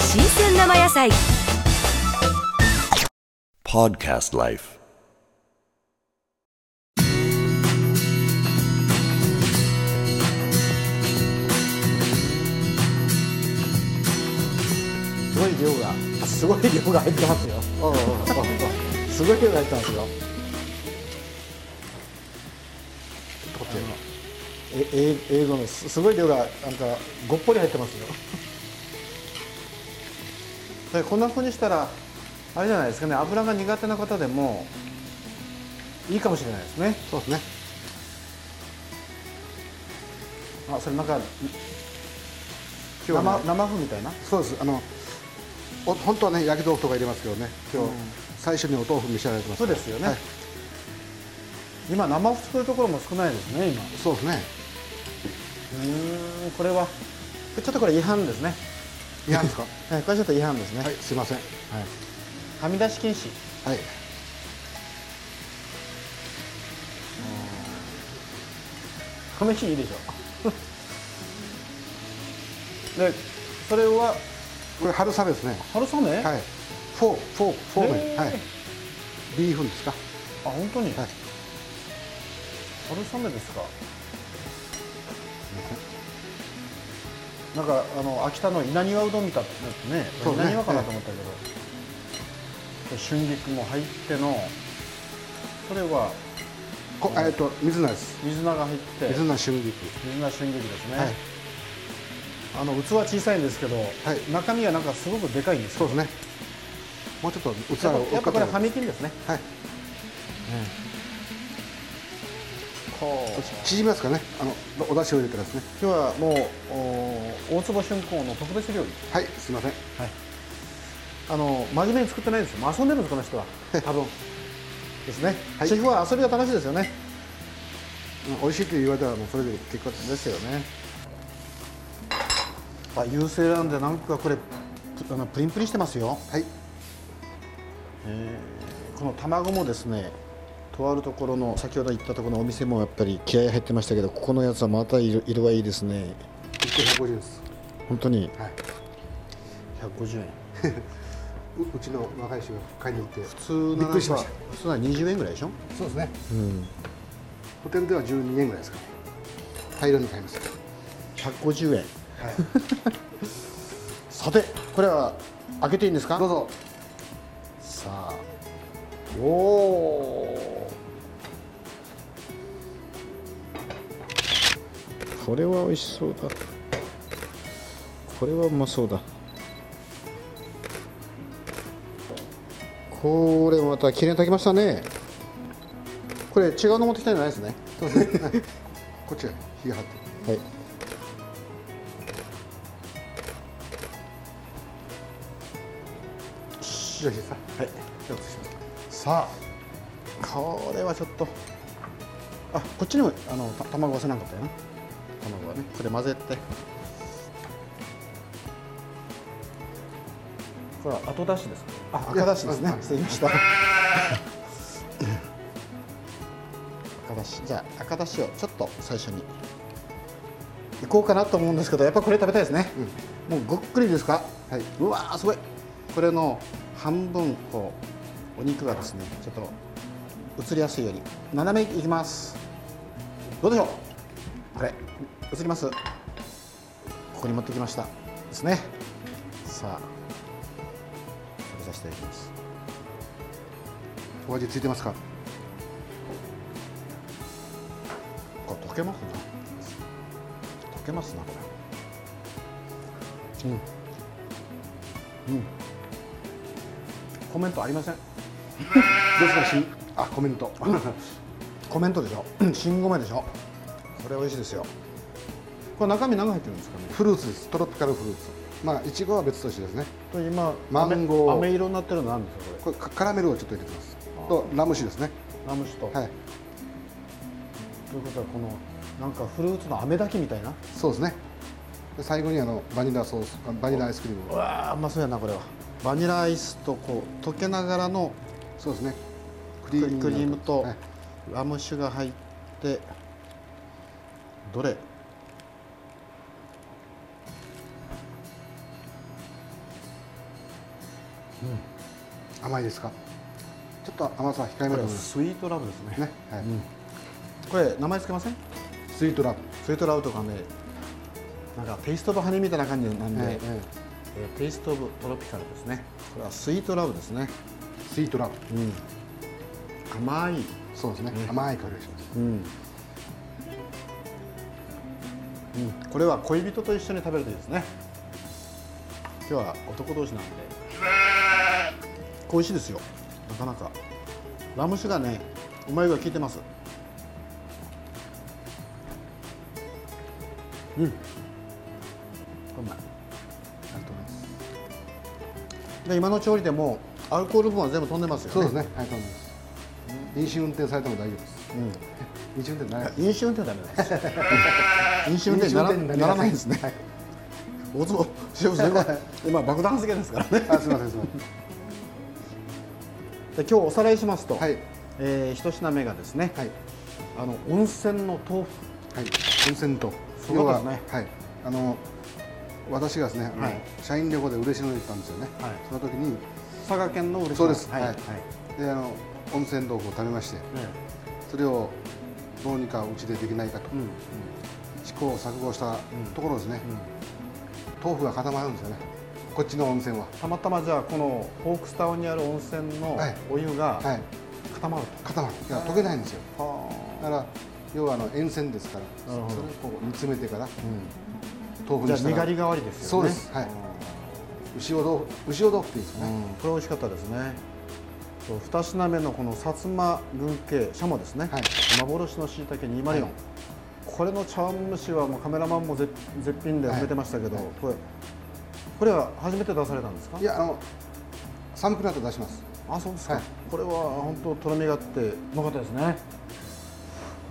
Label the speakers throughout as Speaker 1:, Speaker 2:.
Speaker 1: 生野菜
Speaker 2: Podcast Life.
Speaker 3: すごい量がすごい量が入ってますよ。うんうんうんうんすごい量が入ってますよ。ええ英語のすすごい量がなんかごっぽり入ってますよ。でこんな風にしたらあれじゃないですかね油が苦手な方でもいいかもしれないですね。そうですね。あそれなんか生生麩みたいな。
Speaker 4: そうです。あの、お本当はね、焼き豆腐とか入れますけどね、今日、最初にお豆腐召し上がってます。
Speaker 3: そうですよね
Speaker 4: はい
Speaker 3: 今生麩作るところも少ないですね今。
Speaker 4: そうですね。
Speaker 3: うーんこれはちょっとこれ違反ですね
Speaker 4: いや、ですか。
Speaker 3: はいこれちょっと違反ですね、
Speaker 4: はい、すいません。は
Speaker 3: はみ出し禁止
Speaker 4: い。はい。
Speaker 3: この日いいでしょ でそれは
Speaker 4: これ春雨ですね。
Speaker 3: 春雨、
Speaker 4: は
Speaker 3: あ
Speaker 4: い。フォー、フォー、フォーメ
Speaker 3: へ
Speaker 4: ン。
Speaker 3: ー
Speaker 4: はい。ビーフンですか。
Speaker 3: 本当に、
Speaker 4: はい。
Speaker 3: 春雨ですかなんかあの秋田の稲庭うどんみたいになってね
Speaker 4: そうね
Speaker 3: 稲庭かなと思ったけど、春菊も入ってのこれは
Speaker 4: こ、えっと、水菜です。
Speaker 3: 水菜が入って
Speaker 4: 水菜春菊。
Speaker 3: 水菜春菊ですね、
Speaker 4: はい
Speaker 3: あの器は小さいんですけど、
Speaker 4: い
Speaker 3: 中身はなんかすごくでかいんです
Speaker 4: そう
Speaker 3: よ
Speaker 4: ですね。もうちょっと器
Speaker 3: やっ
Speaker 4: を
Speaker 3: ぱやっぱこれは
Speaker 4: はい。
Speaker 3: み切りですねこう
Speaker 4: 縮みますからね。あの、お出汁を入れてですね。
Speaker 3: 今日はもうお大坪春光の特別料理
Speaker 4: はい、すいません。
Speaker 3: あの真面目に作ってないんですよもう遊んでるんですこの 人は多分ですね、
Speaker 4: はい
Speaker 3: シェフは遊びが楽しいですよね
Speaker 4: うん美味しいと言われたら、もうそれで結果です。
Speaker 3: ですよねあ優勢なんでなんかこれあのプリンプリンしてますよ
Speaker 4: はい。
Speaker 3: この卵もですねとあるところの先ほど行ったところのお店もやっぱり気合い入ってましたけどここのやつはまた色色がいいですね
Speaker 4: 一個百五十です。
Speaker 3: 本当に
Speaker 4: はい。
Speaker 3: 150円
Speaker 4: ううちの若い衆が買いに行って
Speaker 3: 普通
Speaker 4: びっ
Speaker 3: な
Speaker 4: くりしまし
Speaker 3: 普通なら20円ぐらいでしょ
Speaker 4: そうですね、補填では12円ぐらいですか大量に買います
Speaker 3: 150円、さてこれは開けていいんですか
Speaker 4: どうぞ
Speaker 3: さあおおこれは美味しそうだこれはうまそうだこれまた綺麗に炊きましたねこれ違うの持ってきたんじゃないですね
Speaker 4: こっちは火が張って
Speaker 3: はい
Speaker 4: るよしさはいじゃあ移します
Speaker 3: さあこれはちょっとあこっちにもあのた卵忘れなかったよな卵はねこれ混ぜてこれは後出しですあ赤出しですね
Speaker 4: いや
Speaker 3: 失礼しました赤出しじゃあ赤出しをちょっと最初にいこうかなと思うんですけどやっぱこれ食べたいですね、もうごっくりですかはいうわーすごいこれの半分こうお肉がですねちょっと映りやすいように斜めいきますどうでしょうこれ映りますここに持ってきましたですねさあ食べさせていただきます
Speaker 4: お味ついてますか
Speaker 3: これ溶けますね溶けますなこれうんうんコメントありません
Speaker 4: ですがしあコメント
Speaker 3: コメントでしょうん新米でしょこれ美味しいですよこれ中身何が入ってるんですかね
Speaker 4: フルーツですトロピカルフルーツまあいちごは別としてですね
Speaker 3: これ今
Speaker 4: マンゴー
Speaker 3: 飴飴色になってるのなんですよこ
Speaker 4: これカカラメルをちょっと入れてますとラム酒ですね
Speaker 3: れラム酒と、
Speaker 4: はい
Speaker 3: ということはこのなんかフルーツの飴炊きみたいな
Speaker 4: そうですねで最後にあのバニラソースあバニラアイスクリーム
Speaker 3: う
Speaker 4: を
Speaker 3: わあうまそうやなこれはバニラアイスとこう溶けながらの
Speaker 4: そうですねク
Speaker 3: クリームと
Speaker 4: はい
Speaker 3: ラム酒が入ってどれ
Speaker 4: 甘いですかちょっと甘さ控えめでます
Speaker 3: スイートラブですね
Speaker 4: ね、はい
Speaker 3: これ名前つけません
Speaker 4: スイートラブ
Speaker 3: スイートラブとかねなんかテイスト・オブ・ハニーみたいな感じなんで、
Speaker 4: えええ
Speaker 3: えーテイスト・オブ・トロピカルですねこれはスイートラブですね
Speaker 4: えスイートラブ
Speaker 3: うん甘い
Speaker 4: そうですね、甘い香りがします
Speaker 3: うん、うん、これは恋人と一緒に食べるといいですね今日は男同士なんで美味しいですよなかなかラム酒がねうまいが効いてますうんこれうまいありがとうございますで今の調理でもうアルコール分は全部飛んでますよね
Speaker 4: そうですねはいそうです飲酒運転されても大丈夫です、飲酒運転ない
Speaker 3: 飲酒運転はダメなんです 飲酒運転になら
Speaker 4: 飲酒運転
Speaker 3: な
Speaker 4: になりません
Speaker 3: らないんですね、大坪シェフすごい今爆弾発言ですからね
Speaker 4: あすみませんすみま
Speaker 3: で今日おさらいしますと、
Speaker 4: はい
Speaker 3: えー一品目がですね、
Speaker 4: せんはい
Speaker 3: あの温泉の豆腐
Speaker 4: はい、温泉と、
Speaker 3: そういうことですね
Speaker 4: 要はい、あの私がですね、あの
Speaker 3: はい
Speaker 4: 社員旅行で嬉野に行ったんですよね、
Speaker 3: はい
Speaker 4: その時に、
Speaker 3: 佐賀県の嬉野
Speaker 4: そうです、
Speaker 3: はい、はい
Speaker 4: であの温泉豆腐を食べまして、それをどうにかうちでできないかと、
Speaker 3: うん
Speaker 4: 試行錯誤したところですね、豆腐が固まるんですよね、こっちの温泉は。
Speaker 3: たまたまじゃあこのホークスタウンにある温泉の
Speaker 4: はい
Speaker 3: お湯が
Speaker 4: はい、
Speaker 3: 固まる
Speaker 4: 固まる、いや溶けないんですよ。
Speaker 3: と、は
Speaker 4: だから要はあの沿線ですから、そ
Speaker 3: なるほど
Speaker 4: れをこう煮詰めてから
Speaker 3: あうん
Speaker 4: 豆腐
Speaker 3: じゃあ
Speaker 4: にした
Speaker 3: にが
Speaker 4: ら、
Speaker 3: り代わりです
Speaker 4: そ
Speaker 3: よ
Speaker 4: う
Speaker 3: ね
Speaker 4: です、はい、牛尾豆腐、牛尾豆腐っていうんですよね。
Speaker 3: うんこれ美味しかったですねそう2品目のこの薩摩軍鶏シャモですね、
Speaker 4: はい
Speaker 3: 幻のしいたけ204、
Speaker 4: はい
Speaker 3: これの茶碗蒸しはもうカメラマンも絶絶品で
Speaker 4: はい
Speaker 3: 褒めてましたけど、
Speaker 4: はい
Speaker 3: これこれは初めて出されたんですか
Speaker 4: いやあの寒くなって出します。
Speaker 3: あそうですか、
Speaker 4: はい
Speaker 3: これは本当とろみがあってうまかったですね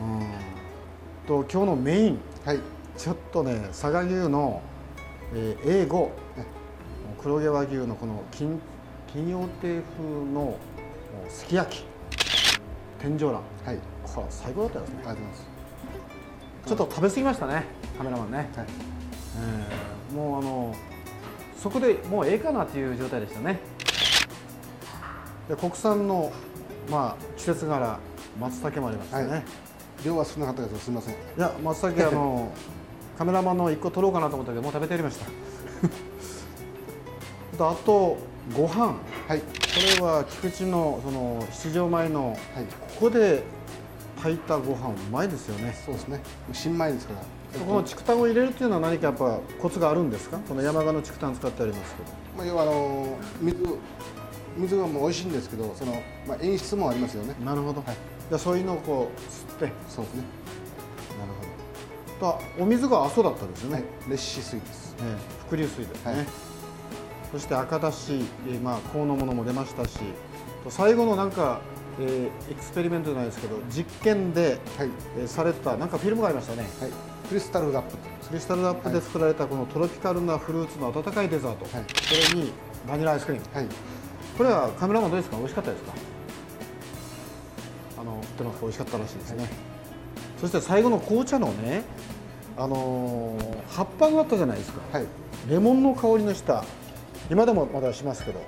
Speaker 3: うんと今日のメイン
Speaker 4: はい。
Speaker 3: ちょっとね佐賀牛の、えー、A5 黒毛和牛のこの金金曜亭風のもうすき焼き天井欄
Speaker 4: はい。ありが
Speaker 3: これ最高だったですね
Speaker 4: とうございます。
Speaker 3: ちょっと食べ過ぎましたねカメラマンね、
Speaker 4: はい。
Speaker 3: えーもうあのそこでもうええかなっていう状態でしたねで国産のまあ季節柄松茸もありましたね、
Speaker 4: はい
Speaker 3: い、
Speaker 4: 量は少なかったですすみません。
Speaker 3: や松茸あ のカメラマンの1個取ろうかなと思ったけどもう食べてやりました であとご飯
Speaker 4: はい。
Speaker 3: これは菊池のその七条前の、
Speaker 4: はい
Speaker 3: ここで炊いたご飯うまいですよね
Speaker 4: そうですね。新米ですから。
Speaker 3: そこの竹炭を入れるっていうのは何かやっぱコツがあるんですかこの山鹿の竹炭使ってありますけど
Speaker 4: まあ要はあの水水がもう美味しいんですけど、そのまあ演出もありますよね。
Speaker 3: なるほど、じゃあそういうのをこう吸ってなる
Speaker 4: そうですね。
Speaker 3: ほどとお水が阿蘇だったですよね、
Speaker 4: はい。レッシ水です。
Speaker 3: ええ伏流水ですね、
Speaker 4: はい
Speaker 3: そして赤だし、えーまあ、こうのものも出ましたしと最後のなんか、えーエクスペリメントじゃないですけど実験で、
Speaker 4: はい。
Speaker 3: えーされたなんかフィルムがありましたね
Speaker 4: はい。クリスタルラップ。
Speaker 3: クリスタルラップで作られたこのトロピカルなフルーツの温かいデザート、
Speaker 4: はい
Speaker 3: それにバニラアイスクリーム
Speaker 4: はい。
Speaker 3: これはカメラマンどうですか美味しかったですかあのとにかく美味しかったらしいですね、そして最後の紅茶のねあのー葉っぱがあったじゃないですか、
Speaker 4: はい。
Speaker 3: レモンの香りのした今でもまだしますけど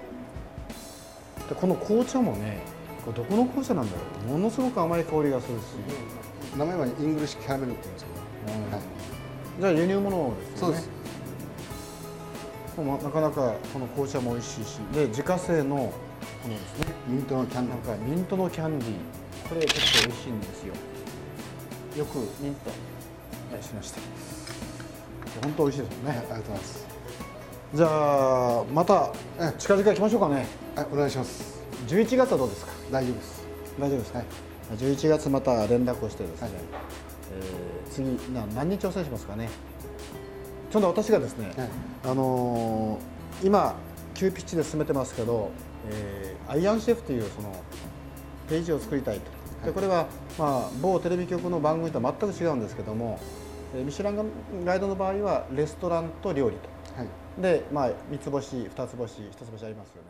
Speaker 3: でこの紅茶もねこれどこの紅茶なんだろうものすごく甘い香りがするし、
Speaker 4: 名前はイングリッシュキャラメルって言うんですけ
Speaker 3: うん
Speaker 4: ど。はい。
Speaker 3: じゃあ輸入物です
Speaker 4: そ
Speaker 3: よ
Speaker 4: う
Speaker 3: ね
Speaker 4: です。
Speaker 3: まあなかなかこの紅茶も美味しいしで自家製のこのですね
Speaker 4: ミントのキャンデ
Speaker 3: な
Speaker 4: ィ
Speaker 3: んかミントのキャンディーこれちょっと美味しいんですよよくミントはいしました本当美味しいですもん
Speaker 4: ー。はい。
Speaker 3: ね
Speaker 4: ありがとうございます。
Speaker 3: じゃあまた
Speaker 4: ええ
Speaker 3: 近々来ましょうかね
Speaker 4: はい。お願いします。
Speaker 3: 11月はどうですか
Speaker 4: 大丈夫です。
Speaker 3: 大丈夫です
Speaker 4: はい。
Speaker 3: 11月また連絡をしてですね、
Speaker 4: はい
Speaker 3: えー次な何に挑戦しますかねちょうど私がですね、
Speaker 4: はい
Speaker 3: あのー今急ピッチで進めてますけど、えーアイアンシェフというそのページを作りたいとでこれは、まあ、某テレビ局の番組とは全く違うんですけどもえーミシュランガイドの場合はレストランと料理
Speaker 4: はい。
Speaker 3: とで、まあ、三つ星二つ星一つ星ありますよね